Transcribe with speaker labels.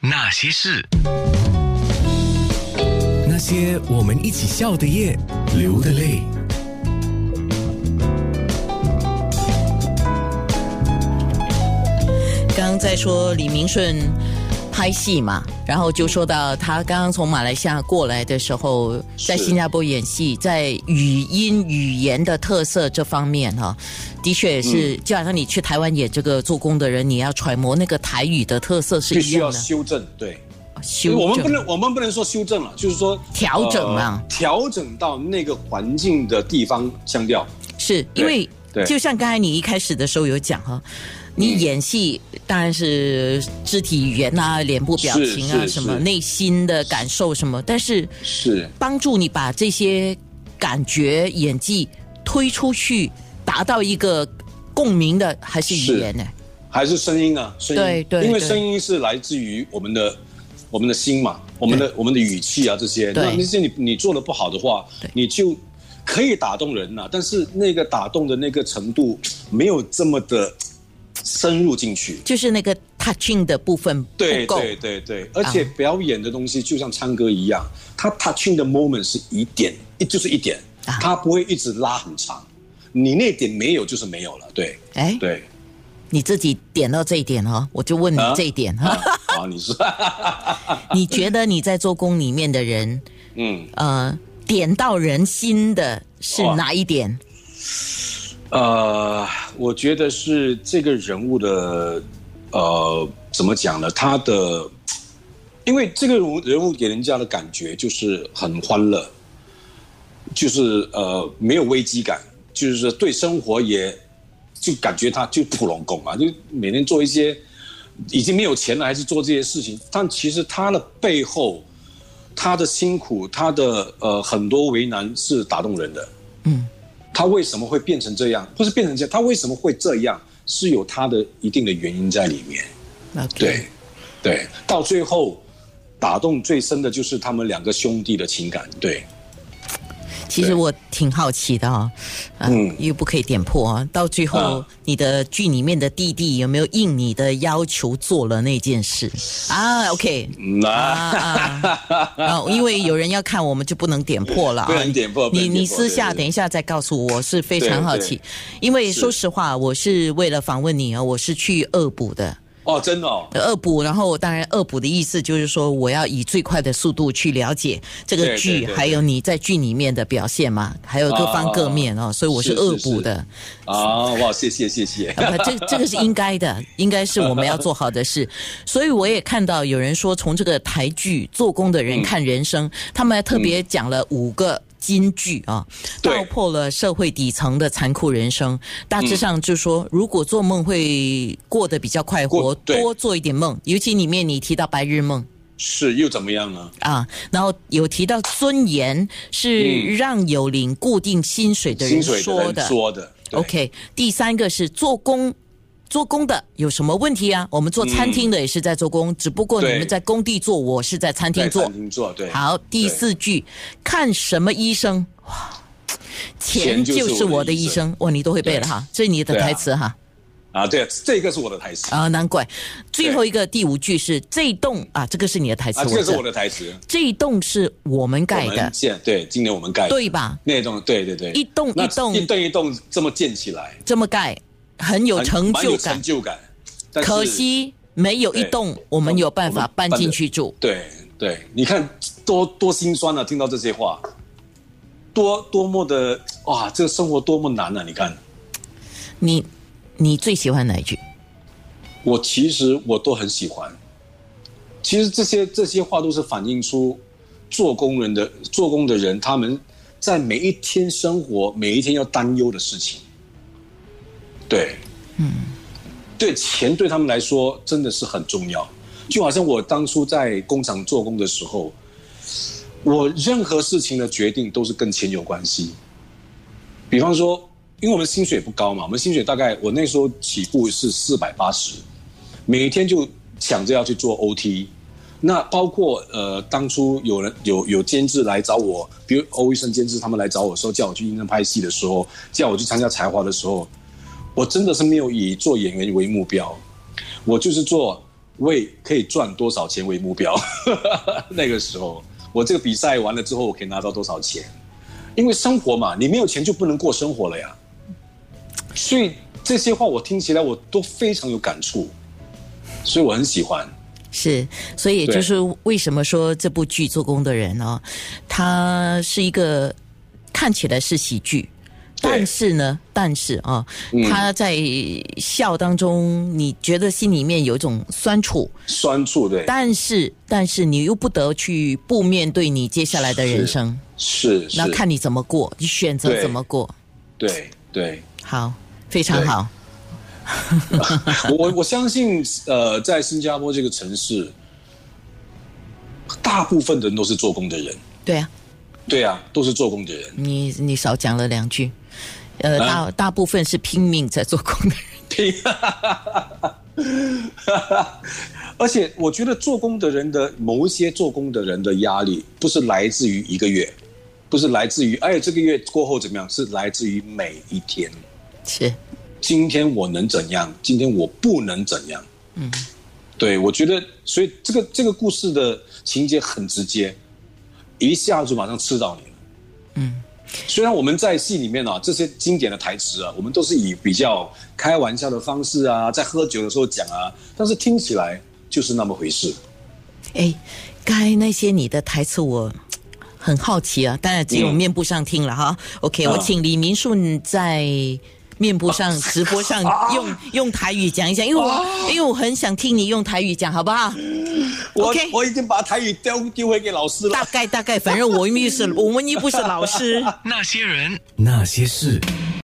Speaker 1: 那些事，
Speaker 2: 那些我们一起笑的夜，流的泪。
Speaker 3: 刚刚在说李明顺拍戏嘛，然后就说到他刚刚从马来西亚过来的时候，在新加坡演戏，在语音语言的特色这方面哈、的确也是，就好像你去台湾演这个做工的人，你要揣摩那个台语的特色是
Speaker 4: 必
Speaker 3: 一
Speaker 4: 须要
Speaker 3: 样的。
Speaker 4: 修正，对，
Speaker 3: 修
Speaker 4: 我们不
Speaker 3: 正
Speaker 4: 能我们不能说修正了，就是说
Speaker 3: 调整啊
Speaker 4: 呃调整到那个环境的地方腔调，
Speaker 3: 是因为
Speaker 4: 对，嗯
Speaker 3: 就像刚才你一开始的时候有讲哈，你演戏当然是肢体语言啊、脸部表情啊、
Speaker 4: 是是
Speaker 3: 什么
Speaker 4: 是
Speaker 3: 内心的感受什么，但是
Speaker 4: 是
Speaker 3: 帮助你把这些感觉、演技推出去，达到一个共鸣的还是语言呢？
Speaker 4: 还是声音啊，声音，
Speaker 3: 对对
Speaker 4: 因为
Speaker 3: 对
Speaker 4: 声音是来自于我们的我们的心嘛，我们的我们的语气啊这些，
Speaker 3: 对
Speaker 4: 那那些你你做的不好的话
Speaker 3: 对，
Speaker 4: 你就可以打动人呐、但是那个打动的那个程度没有这么的深入进去。
Speaker 3: 就是那个 touching 的部分不
Speaker 4: 对
Speaker 3: 够，啊
Speaker 4: 对对对，而且表演的东西就像唱歌一样，它 touching 的 moment 是一点，一就是一点，
Speaker 3: 啊
Speaker 4: 它不会一直拉很长。你那点没有就是没有了，对
Speaker 3: 哎，
Speaker 4: 对。
Speaker 3: 你自己点到这一点哦，我就问你
Speaker 4: 啊
Speaker 3: 这一点哈、
Speaker 4: 啊，好，你说，
Speaker 3: 你觉得你在做工里面的人，
Speaker 4: 嗯，
Speaker 3: 呃，点到人心的是
Speaker 4: 哇
Speaker 3: 哪一点？
Speaker 4: 呃，我觉得是这个人物的，呃，怎么讲呢？他的，因为这个人物人物给人家的感觉就是很欢乐，就是呃没有危机感，就是对生活也就感觉他就普龙工啊，就每天做一些已经没有钱了还是做这些事情，但其实他的背后，他的辛苦，他的呃很多为难是打动人的。他为什么会变成这样，或是变成这样，他为什么会这样，是有他的一定的原因在里面。
Speaker 3: OK
Speaker 4: 对，对，到最后打动最深的就是他们两个兄弟的情感。对，
Speaker 3: 其实
Speaker 4: 对
Speaker 3: 我挺好奇的啊、啊
Speaker 4: 嗯
Speaker 3: 又不可以点破啊。到最后，
Speaker 4: 啊
Speaker 3: 你的剧里面的弟弟有没有应你的要求做了那件 事啊？OK，
Speaker 4: 那、
Speaker 3: 啊 啊啊！因为有人要看，我们就不能点破了啊。
Speaker 4: 不能点破不能
Speaker 3: 你
Speaker 4: 点破
Speaker 3: 你私下
Speaker 4: 对对对
Speaker 3: 等一下再告诉我，我是非常好奇
Speaker 4: 对，
Speaker 3: 因为
Speaker 4: 是
Speaker 3: 说实话，我是为了访问你啊，我是去恶补的。
Speaker 4: 哦，真的哦，
Speaker 3: 恶补，然后当然恶补的意思就是说，我要以最快的速度去了解这个
Speaker 4: 对
Speaker 3: 剧，
Speaker 4: 对对啊
Speaker 3: 还有你在剧里面的表现嘛，还有各方各面哦，所以我是
Speaker 4: 是是
Speaker 3: 恶补的。
Speaker 4: 啊，哇，谢谢谢谢，
Speaker 3: 啊不，这个这个是应该的，应该是我们要做好的事。所以我也看到有人说，从这个台剧做工的
Speaker 4: 嗯
Speaker 3: 人看人生，他们还特别讲了五个。金句啊，
Speaker 4: 对
Speaker 3: 道破了社会底层的残酷人生。大
Speaker 4: 嗯
Speaker 3: 致上就说，如果做梦会过得比较快活，
Speaker 4: 过对
Speaker 3: 多做一点梦。尤其里面你提到白日梦，
Speaker 4: 是又怎么样呢？
Speaker 3: 啊，然后有提到尊严是
Speaker 4: 嗯
Speaker 3: 让有领固定薪水的人
Speaker 4: 薪水
Speaker 3: 说
Speaker 4: 的
Speaker 3: 的。
Speaker 4: 人说的对
Speaker 3: OK，第三个是做工。做工的有什么问题啊？我们做餐厅的也是在做工，只不过你
Speaker 4: 嗯对
Speaker 3: 们在工地做，我是在餐厅
Speaker 4: 在
Speaker 3: 做
Speaker 4: 餐。厅做对，
Speaker 3: 好，第四句，看什么医生？哇，钱
Speaker 4: 钱就是
Speaker 3: 就是
Speaker 4: 我的
Speaker 3: 我的
Speaker 4: 医
Speaker 3: 医
Speaker 4: 生
Speaker 3: 生。哇，你都会背了哈，这是你的
Speaker 4: 对啊
Speaker 3: 台词哈。
Speaker 4: 啊，对，这个是我的台词啊，
Speaker 3: 啊，难怪。最
Speaker 4: 对
Speaker 3: 后一个第五句是这栋啊，这个是你的台词，
Speaker 4: 这个是
Speaker 3: 知道
Speaker 4: 我的台词，
Speaker 3: 这一栋是我们盖
Speaker 4: 我
Speaker 3: 的
Speaker 4: 们，建对，今年我们盖的
Speaker 3: 对吧？
Speaker 4: 那栋，对对对，
Speaker 3: 一栋
Speaker 4: 那
Speaker 3: 一栋
Speaker 4: 一栋一栋这么建起来，
Speaker 3: 这么盖很有
Speaker 4: 很
Speaker 3: 成
Speaker 4: 蛮有
Speaker 3: 就
Speaker 4: 成
Speaker 3: 感，
Speaker 4: 就感，但是
Speaker 3: 可惜没有一
Speaker 4: 对
Speaker 3: 栋我们有办
Speaker 4: 我
Speaker 3: 法
Speaker 4: 们
Speaker 3: 搬
Speaker 4: 搬
Speaker 3: 进
Speaker 4: 得
Speaker 3: 去住。
Speaker 4: 对对，你看多多心酸啊！听到这些话，多多么的哇，这个生活多么难啊！你看，
Speaker 3: 你你最喜欢哪一句？
Speaker 4: 我其实我都很喜欢。其实这些这些话都是反映出做工人的做工的人，他们在每一天生活，每一天要担忧的事情。对，嗯，对，钱对他们来说真的是很重要。就好像我当初在工厂做工的时候，我任何事情的决定都是跟钱有关系。比方说，因为我们薪水不高嘛，我们薪水大概我那时候起步是四百八十，每天就抢着要去做 OT。那包括呃，当初有人有有监制来找我，比如欧医生监制他们来找我说，叫我去应征拍戏的时候，叫我去参加才华的时候，我真的是没有以做演员为目标，我就是做为可以赚多少钱为目标。 那个时候，我这个比赛完了之后，我可以拿到多少钱？因为生活嘛，你没有钱就不能过生活了呀。所以这些话我听起来我都非常有感触，所以我很喜欢。
Speaker 3: 是，所以也就是为什么说这部剧《做工的人》哦，它是一个看起来是喜剧，
Speaker 4: 对
Speaker 3: 但是呢，但是啊、
Speaker 4: 嗯
Speaker 3: 他在笑当中，你觉得心里面有一种酸楚，
Speaker 4: 酸醋对，
Speaker 3: 但是但是你又不得去不面对你接下来的人生，
Speaker 4: 是是
Speaker 3: 那，看你怎么过，你选择
Speaker 4: 对
Speaker 3: 怎么过，
Speaker 4: 对对。
Speaker 3: 好，非常
Speaker 4: 对
Speaker 3: 好，
Speaker 4: 我我我相信，呃，在新加坡这个城市，大部分的人都是做工的人，
Speaker 3: 对啊，
Speaker 4: 对啊，都是做工的人，
Speaker 3: 你你少讲了两句，呃，
Speaker 4: 啊
Speaker 3: 大大部分是拼命在做工的人，
Speaker 4: 拼。而且我觉得做工的人的某一些做工的人的压力，不是来自于一个月，不是来自于哎这个月过后怎么样，是来自于每一天。
Speaker 3: 是。
Speaker 4: 今天我能怎样，今天我不能怎样。嗯，对，我觉得，所以这个这个故事的情节很直接，一下就马上刺到你了。嗯，虽然我们在戏里面啊，这些经典的台词啊，我们都是以比较开玩笑的方式啊，在喝酒的时候讲啊，但是听起来就是那么回事。
Speaker 3: 哎，刚才那些你的台词我。很好奇啊，当然只有
Speaker 4: 嗯
Speaker 3: 面部上听了哈。OK，、
Speaker 4: 啊
Speaker 3: 我请李明顺在面部上、直播 上用、用台语讲一讲，因为我、
Speaker 4: 啊
Speaker 3: 因为我很想听你用台语讲，好不好？
Speaker 4: 我
Speaker 3: OK
Speaker 4: 我已经把台语丢丢回给老师了
Speaker 3: 大。概大概，反正我们又不是我们又不是老师。
Speaker 2: 那些人，那些事。